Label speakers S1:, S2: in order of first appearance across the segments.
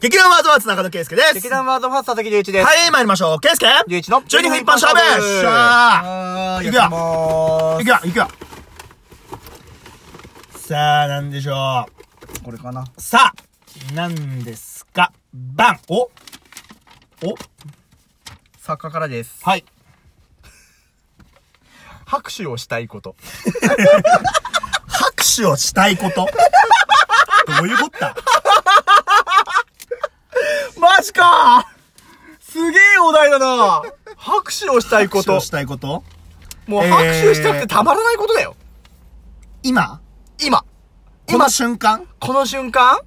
S1: 劇団ワードワーツ中野圭介です。
S2: 劇団ワードファースト佐々木隆一です。
S1: はい、参りましょう。圭介
S2: 隆一の
S1: 12分一般勝負よっしゃ
S2: はー
S1: ー
S2: い
S1: いく
S2: や
S1: よ
S2: ってま
S1: い
S2: ー
S1: くよいくよさあ、なんでしょ
S2: すこれかな。
S1: う。さあ、なんですかバンおお
S2: 作家からです。
S1: はい。
S2: 拍手をしたいこと。
S1: 拍手をしたいこと。どういうこった
S2: マジかすげえお題だな拍手をしたいこ
S1: 拍手
S2: と
S1: をし。たいこと
S2: もう
S1: えー
S2: 拍手したくてたまらないことだよ。
S1: 今
S2: 今。
S1: この
S2: 今、
S1: 瞬間
S2: この瞬間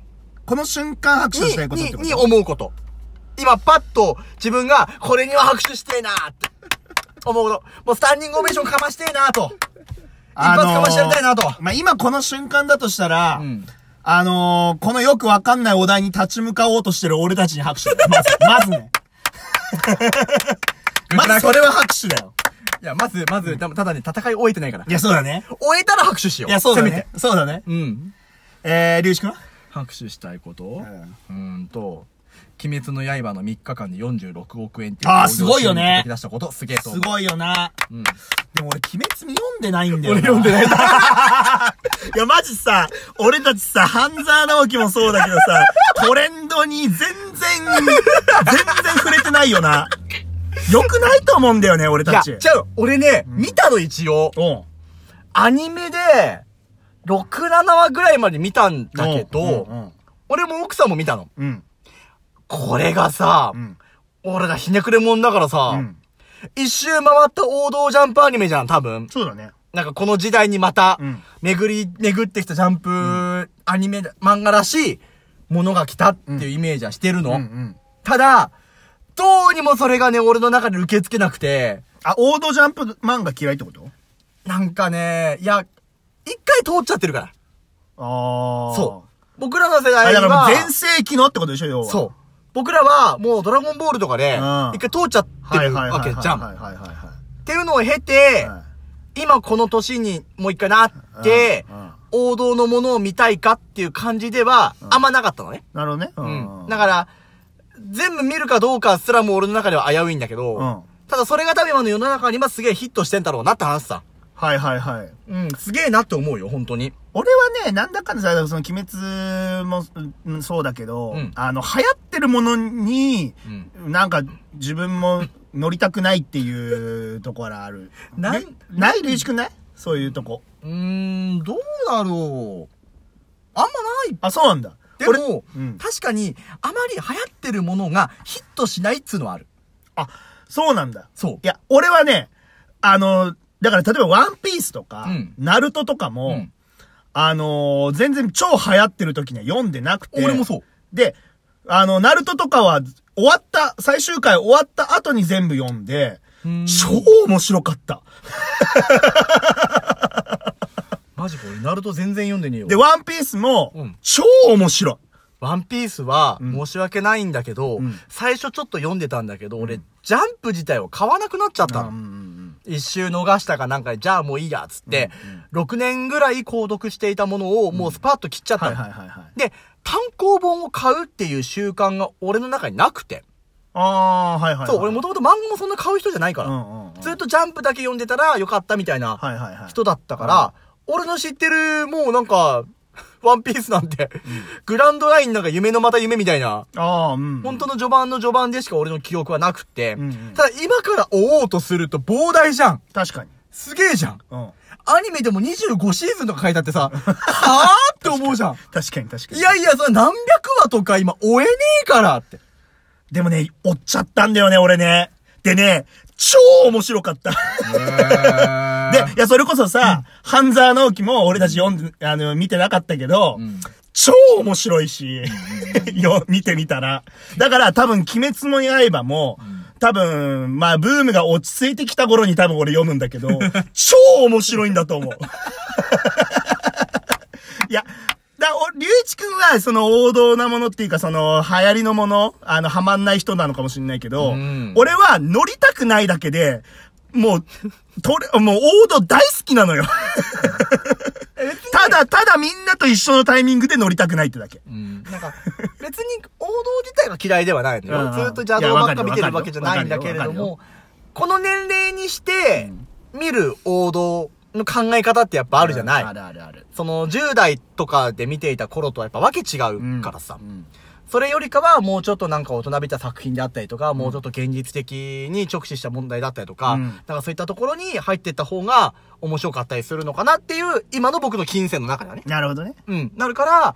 S1: この瞬間拍手を
S2: に
S1: したいことって、こ
S2: に、に
S1: と
S2: 思うこと。今、パッと、自分が、これには拍手してえなーって、思うこと。もう、スタンディングオベーションかましてえなーと。
S1: あのー
S2: 一発かましてやりたいなと
S1: まあ、今この瞬間だとしたら、
S2: ん
S1: あのー、このよくわかんないお題に立ち向かおうとしてる俺たちに拍手だよ。まず、まず ね。まずそれは拍手だよ。
S2: いや、まず、まず、たただね、戦い終えてないから
S1: い。や、そうだ ね。
S2: 終えたら拍手しよう。
S1: いや、そうだ
S2: せめて
S1: ね。。そうだね。
S2: うん。
S1: えー、りゅうしくんは
S2: 拍手したいことうんんと、鬼滅の刃の3日間で46億円っていう。
S1: あーすごいよね
S2: 興行収入を叩き出したこと、すげえと思
S1: す
S2: う。
S1: ごいよな。
S2: ん
S1: でも俺、鬼滅見読んでないんだよ
S2: 俺読ん で
S1: ない。いや、マジさ、俺たちさ、半沢直樹もそうだけどさ、トレンドに全然、 全然触れてないよな。良くないと思うんだよね、俺
S2: い
S1: た
S2: や、
S1: ち。
S2: じゃあ、俺ね、見たの一応。
S1: おう
S2: アニメで、6、7話ぐらいまで見たんだけど、
S1: うんうん
S2: 俺も奥さんも見たの。
S1: うん。
S2: これがさ、
S1: ん
S2: 俺がひねくれもんだから
S1: う
S2: さ、
S1: ん。
S2: 一周回った王道ジャンプアニメじゃん、多分。
S1: そうだね。
S2: なんかこの時代にまた
S1: うん、
S2: 巡り、巡ってきたジャンプ、アニメ、漫画らしいものが来たっていうイメージはしてるの。
S1: ん。
S2: ただ、どうにもそれがね、俺の中で受け付けなくて、
S1: あ、王道ジャンプ漫画嫌いってこと
S2: なんかね、いや、一回通っちゃってるから。
S1: ああ。
S2: そう。僕らの世
S1: あ
S2: 代
S1: だからも
S2: は
S1: う、全盛期のってことでしょ、要は。
S2: そう。僕らはもうドラゴンボールとかで
S1: うん、
S2: 一回通っちゃって
S1: はい
S2: る
S1: はいはい
S2: わ
S1: はい
S2: け
S1: はい。
S2: じゃん。
S1: はい
S2: っ
S1: はいはいは
S2: ていうのを経て
S1: い。、はい
S2: 今この年にもう一回なって
S1: うんうん、
S2: 王道のものを見たいかっていう感じでは、あんまなかったのね。
S1: なるほどね。う
S2: うん。だから、全部見るかどうかすらも俺の中では危ういんだけど、ただそれが多分今の世の中に今すげえヒットしてんだろうなって話さ。
S1: はいはいはい。
S2: うん、すげえなって思うよ、本当に。
S1: 俺はね、なんだかんだ、その、鬼滅もうんそうだけど、
S2: うん
S1: あの、流行ってるものに、
S2: う
S1: なんか、自分も乗りたくないっていうところある。
S2: なん
S1: ねないルイチくんないそういうとこ。
S2: うーん、どうだろう。あんまない
S1: あ、そうなんだ。
S2: で
S1: 俺
S2: も、
S1: うん
S2: 確かに、あまり流行ってるものがヒットしないっつうのはある。
S1: あ、そうなんだ。
S2: そう
S1: いや、俺はね、あの、だから例えばワンピースとか、
S2: うん
S1: ナルトとかも、
S2: うん
S1: あのー全然超流行ってる時には読んでなくて。
S2: 俺もそう。
S1: で、あの、ナルトとかは終わった、最終回終わった後に全部読んで、
S2: うん
S1: 超面白かった。
S2: マジか、俺、ナルト全然読んでねえよ
S1: で、ワンピースも
S2: うん、
S1: 超面白い。
S2: ワンピースは、申し訳ないんだけど、
S1: ん
S2: 最初ちょっと読んでたんだけど、俺、ジャンプ自体を買わなくなっちゃったの。一周逃したかなんかで、じゃあもういいや、つって、6年ぐらい購読していたものを、もうスパッと切っちゃったの。
S1: はいはいはいはい。
S2: で、単行本を買うっていう習慣が俺の中になくて。
S1: あー、はいはい、はい。
S2: そう、俺もともと漫画もそんな買う人じゃないから。
S1: うんうんうん
S2: ずっとジャンプだけ読んでたらよかったみたい
S1: はい
S2: な
S1: はいはい。
S2: 人だったから、俺の知ってる、もうなんか、ワンピースなんて、グランドラインなんか夢のまた夢みたいな、
S1: あー、うん。
S2: 本当の序盤の序盤でしか俺の記憶はなくって、
S1: んうん
S2: ただ今から追おうとすると膨大じゃん。
S1: 確かに。
S2: すげえじゃん。
S1: うん。
S2: アニメでも25シーズンとか書いてあっ てさ、はぁって思うじゃん。
S1: 確かに確かに。
S2: いやいや、それ何百話とか今追えねえからって。
S1: でもね、追っちゃったんだよね、俺ね。でね、超面白かった。で、いや、それこそさ、半沢直樹も俺たち読んで、あの、見てなかったけど、超面白いし、 よ、見てみたら。だから多分、鬼滅の刃も、多分、まあ、ブームが落ち着いてきた頃に多分俺読むんだけど、超面白いんだと思う。いや、だ、お、りゅういちくんは、その王道なものっていうか、その、流行りのもの、あの、ハマんない人なのかもしれないけど、
S2: うん
S1: 俺は乗りたくないだけで、 もう、とれ、もう王道大好きなのよ。
S2: 別に
S1: ただ、ただみんなと一緒のタイミングで乗りたくないってだけ。
S2: うんなんか、別に王道自体は嫌いではないの
S1: うんう
S2: よ。
S1: ん
S2: ずっと邪道ばっか見てるわけじゃないんだけれど
S1: いやわ
S2: も、この年齢にして、見る王道の考え方ってやっぱあるじゃない。
S1: あるあるある。
S2: その10代とかで見ていた頃とはやっぱわけ違うからさ。
S1: うん
S2: それよりかはもうちょっとなんか大人びた作品であったりとか、もうちょっと現実的に直視した問題だったりとか、
S1: うん
S2: なんかそういったところに入ってった方が面白かったりするのかなっていう、今の僕の金銭の中ではね。
S1: なるほどね。
S2: うん。なるから、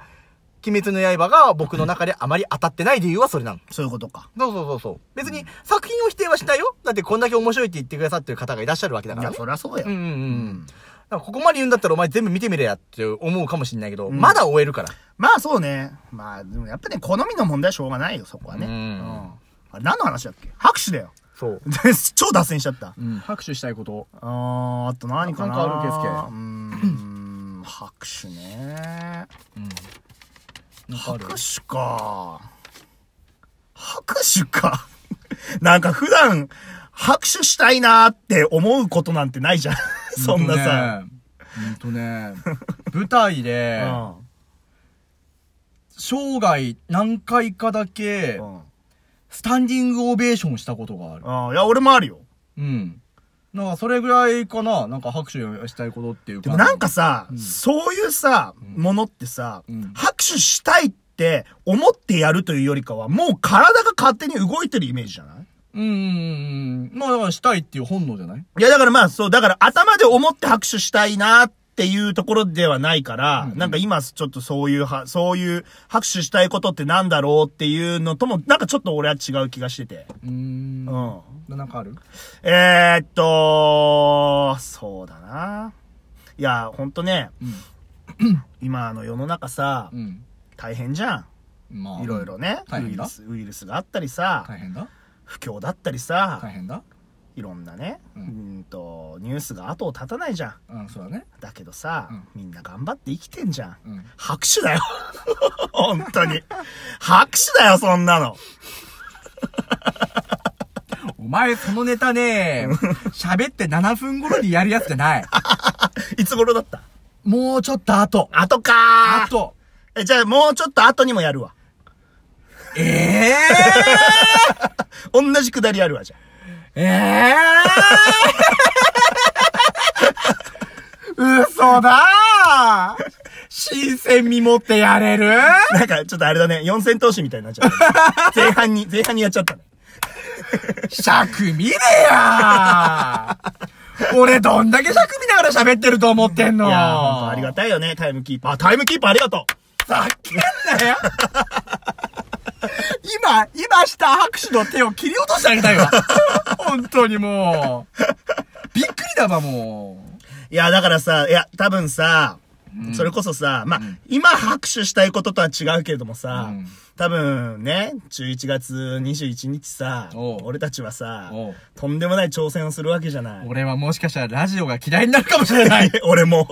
S2: 鬼滅の刃が僕の中であまり当たってない理由はそれなの。
S1: そういうことか。
S2: そうそうそうそう。別に作品を否定はしないよ。だってこんだけ面白いって言ってくださってる方がいらっしゃるわけだ
S1: い
S2: から
S1: や、
S2: ね。
S1: そりゃそうや
S2: うん。うんうん。だからここまで言うんだったらお前全部見てみれやって思うかもしれないけど、まだ終えるから。
S1: まあそうね。まあ、でもやっぱね、好みの問題はしょうがないよ、そこはね。
S2: うん
S1: あれ何の話だっけ拍手だよ。
S2: そう。
S1: 超脱線しちゃった。
S2: うん。拍手したいこと。
S1: あー、あと何かな
S2: なんかあるケースケ
S1: うーん、拍手ね。拍手か。拍手か。 なんか普段、拍手したいなーって思うことなんてない じゃん。そんなさ。。
S2: ほんとね。舞台
S1: う
S2: で
S1: ん。
S2: 生涯何回かだけ
S1: うん
S2: スタンディングオベーションしたことがある。
S1: あー。いや、俺もあるよ。
S2: うん。なんかそれぐらいかな、なんか拍手したいことっていう
S1: でもなんか、さ、そういうさ、ものってさ、
S2: うん
S1: 拍手したいって思ってやるというよりかは、もう体が勝手に動いてるイメージじゃない
S2: うんうんうん。まあだからしたいっていう本能じゃない
S1: いや、だからまあ、そう、だから頭で思って拍手したいなっていうところではないから、なんか今、ちょっとそういうは、そういう拍手したいことってなんだろうっていうのとも、なんかちょっと俺は違う気がしてて。
S2: うん
S1: う。ん。
S2: なんかある
S1: えー、っと、そうだな。いや、ほんとね、今あの世の中さ、
S2: うん。
S1: 大変じゃん。
S2: まあ。
S1: いろいろね、
S2: 大
S1: ウ
S2: 変
S1: イ
S2: だ
S1: ルス、ウイルスがあったりさ、
S2: 大変だ
S1: 不況だったりさ、
S2: 大変だ
S1: い、ろんなね、う
S2: うん
S1: んと、ニュースが後を絶たないじゃん。
S2: うん、そうだね。
S1: だけどさ、
S2: うん
S1: みんな頑張って生きてんじゃん。
S2: うん。
S1: 拍手だよ。 本当に。拍手だよ、そんなの。
S2: お前、そのネタね、喋って7分頃にやるやつじゃない。
S1: いつ頃だった
S2: もうちょっと後。
S1: 後かー
S2: 後。
S1: えじゃあもうちょっと後にもやるわ。
S2: え え
S1: 同じくだりやるわ、じゃあ。
S2: ええ ー嘘だー新鮮味持ってやれる
S1: なんか、ちょっとあれだね、四千投資みたいになっちゃった。前半に、前半にやっちゃったね。
S2: 尺見れ や俺どんだけ尺見ながら喋ってると思ってんの
S1: いやー、本当ありがたいよね、タイムキーパー。あ、タイムキーパーありがとう
S2: ざけんなよ 今、今した拍手の手を切り落としてあげたいわ。 本当にもう。びっくりだわ、も
S1: いや、だからさ、いや、多分さ、それこそさ、まあ、今拍手したいこととは違うけれどもさ、
S2: うん
S1: 多分ね、11月21日さ
S2: おう、
S1: 俺たちはさ
S2: おう、
S1: とんでもない挑戦をするわけじゃない。
S2: う。俺はもしかしたらラジオが嫌いになるかもしれない。
S1: 俺も。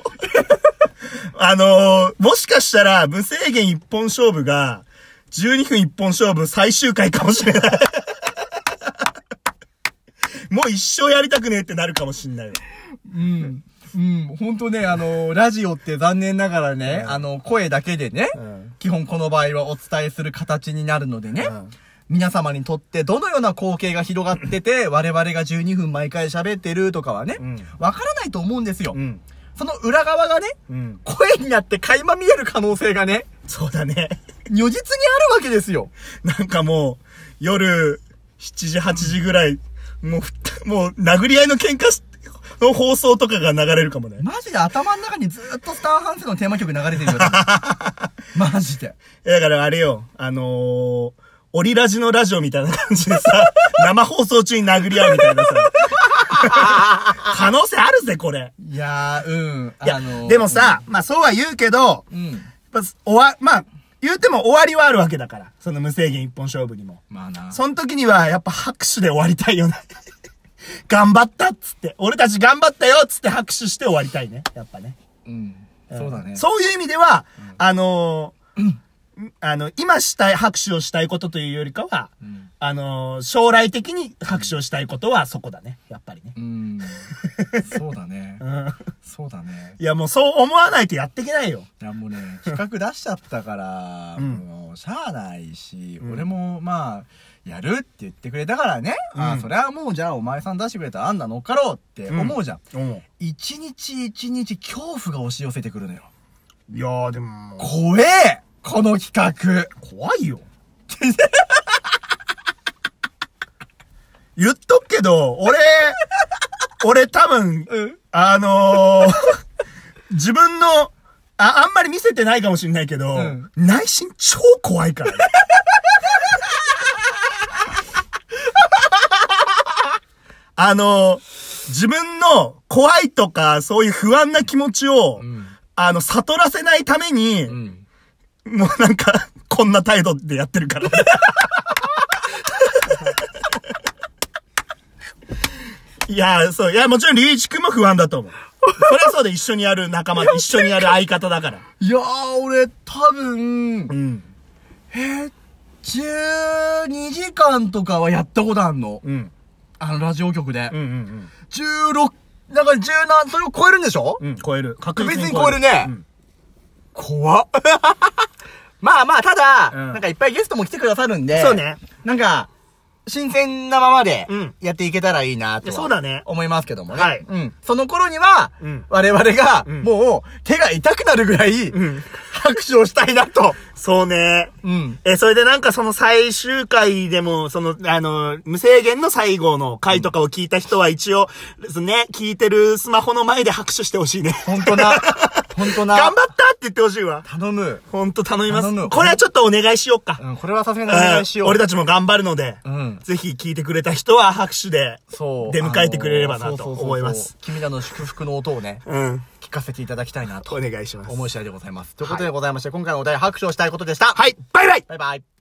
S1: あのー、もしかしたら、無制限一本勝負が、12分一本勝負最終回かもしれない。 もう一生やりたくねえってなるかもしんないわ。
S2: うん。うん、ほんとね、あの、ラジオって残念ながらね、あの、声だけでね、
S1: ん
S2: 基本この場合はお伝えする形になるのでね、
S1: ん
S2: 皆様にとってどのような光景が広がってて、我々が12分毎回喋ってるとかはね
S1: うん、
S2: わ、からないと思うんですよ。
S1: うん。
S2: その裏側がね、
S1: うん。
S2: 声になって垣間見える可能性がね、
S1: そうだね。
S2: 如実にあるわけですよ。
S1: なんかもう、夜、7時、8時ぐらい、もうふ、もう、殴り合いの喧嘩しの放送とかが流れるかもね。
S2: マジで頭の中にずっとスターハンスのテーマ曲流れて るよ。マジで。
S1: えだからあれよ、あのー、オリラジのラジオみたいな感じで さ、生放送中に殴り合うみたいなさ。可能性あるぜ、これ。
S2: いやー、うん。
S1: いや、でも、さ、まあそうは言うけど、
S2: うん。
S1: やっぱ終わ、まあ、言うても終わりはあるわけだから。その無制限一本勝負にも。
S2: まあな。
S1: その時には、やっぱ拍手で終わりたいよね。 頑張ったっつって。俺たち頑張ったよっつって拍手して終わりたいね。やっぱね。
S2: うん。そうだね。
S1: そういう意味では、あのーあの、今したい、拍手をしたいことというよりかは、あのー将来的に拍手をしたいことはそこだね。やっぱりね。
S2: うん うん。そうだね。
S1: うん。
S2: そうだね。
S1: いや、もうそう思わないとやっていけないよ。
S2: いや、もうね、企画出しちゃったから、
S1: うん
S2: もう、しゃあないし、
S1: ん
S2: 俺も、まあ、やるって言ってくれたからね、
S1: う
S2: ああ、
S1: ん
S2: それはもう、じゃあ、お前さん出してくれたあんな乗っかろうって思うじゃん。
S1: うん。
S2: 一日一日恐怖が押し寄せてくるのよ。
S1: いやー、でも、
S2: 怖えこの企画
S1: 怖いよ。 言っとくけど、俺、俺多分、
S2: うん。
S1: あのー、自分の、あ、あんまり見せてないかもしんないけど、
S2: うん
S1: 内心超怖いから。 あのー、自分の怖いとか、そういう不安な気持ちを、
S2: ん
S1: あの、悟らせないために、
S2: うん。
S1: もうなんか、こんな態度でやってる から。いや、そう。いや、もちろん、隆一君も不安だと思う。それはそうで一緒にやる仲間で、一緒にやる相方だから。
S2: いやー、俺、多分
S1: う、ん。
S2: えー、12時間とかはやったことあんの。
S1: うん。
S2: あの、ラジオ局で。
S1: うんうん
S2: 16、なんか1何それを超えるんでしょ、
S1: うん。うん、超える。確
S2: 確実に超えるね
S1: うん
S2: 怖 っ。まあまあ、ただ、
S1: うん
S2: なんかいっぱいゲストも来てくださるんで。
S1: そうね。
S2: なんか、新鮮なままで
S1: うん、
S2: やっていけたらいいな
S1: い
S2: とは、
S1: やそうだね
S2: 思いますけどもね。
S1: はい
S2: うん。その頃には、
S1: うん
S2: 我々が、
S1: ん
S2: もう、手が痛くなるぐらい、
S1: うん
S2: 拍手をしたいなと。
S1: そうね。
S2: うん。
S1: え、それでなんかその最終回でも、その、あの、無制限の最後の回とかを聞いた人は一応、ですね、聞いてるスマホの前で拍手してほしいね。
S2: ほんと な。ほんとな。
S1: 頑張ったって言ってほしいわ。
S2: 頼む。
S1: ほんと頼みます
S2: 頼。む
S1: これはちょっとお願いしようか。
S2: うん、これはさすがにお願いしよう。
S1: 俺たちも頑張るので、
S2: うん
S1: ぜひ聞いてくれた人は拍手で、
S2: そう。
S1: 出迎えてくれればな
S2: あのー
S1: と
S2: そうそうそうそう
S1: 思います
S2: 君らの祝福の音をね、
S1: うん、
S2: 聞かせていただきたいな
S1: お
S2: と
S1: 願いします。
S2: 思う次第でございます。ということでございまして、今回のお題は拍手をしたいことでした。
S1: はい、バイバイ
S2: バイバイ。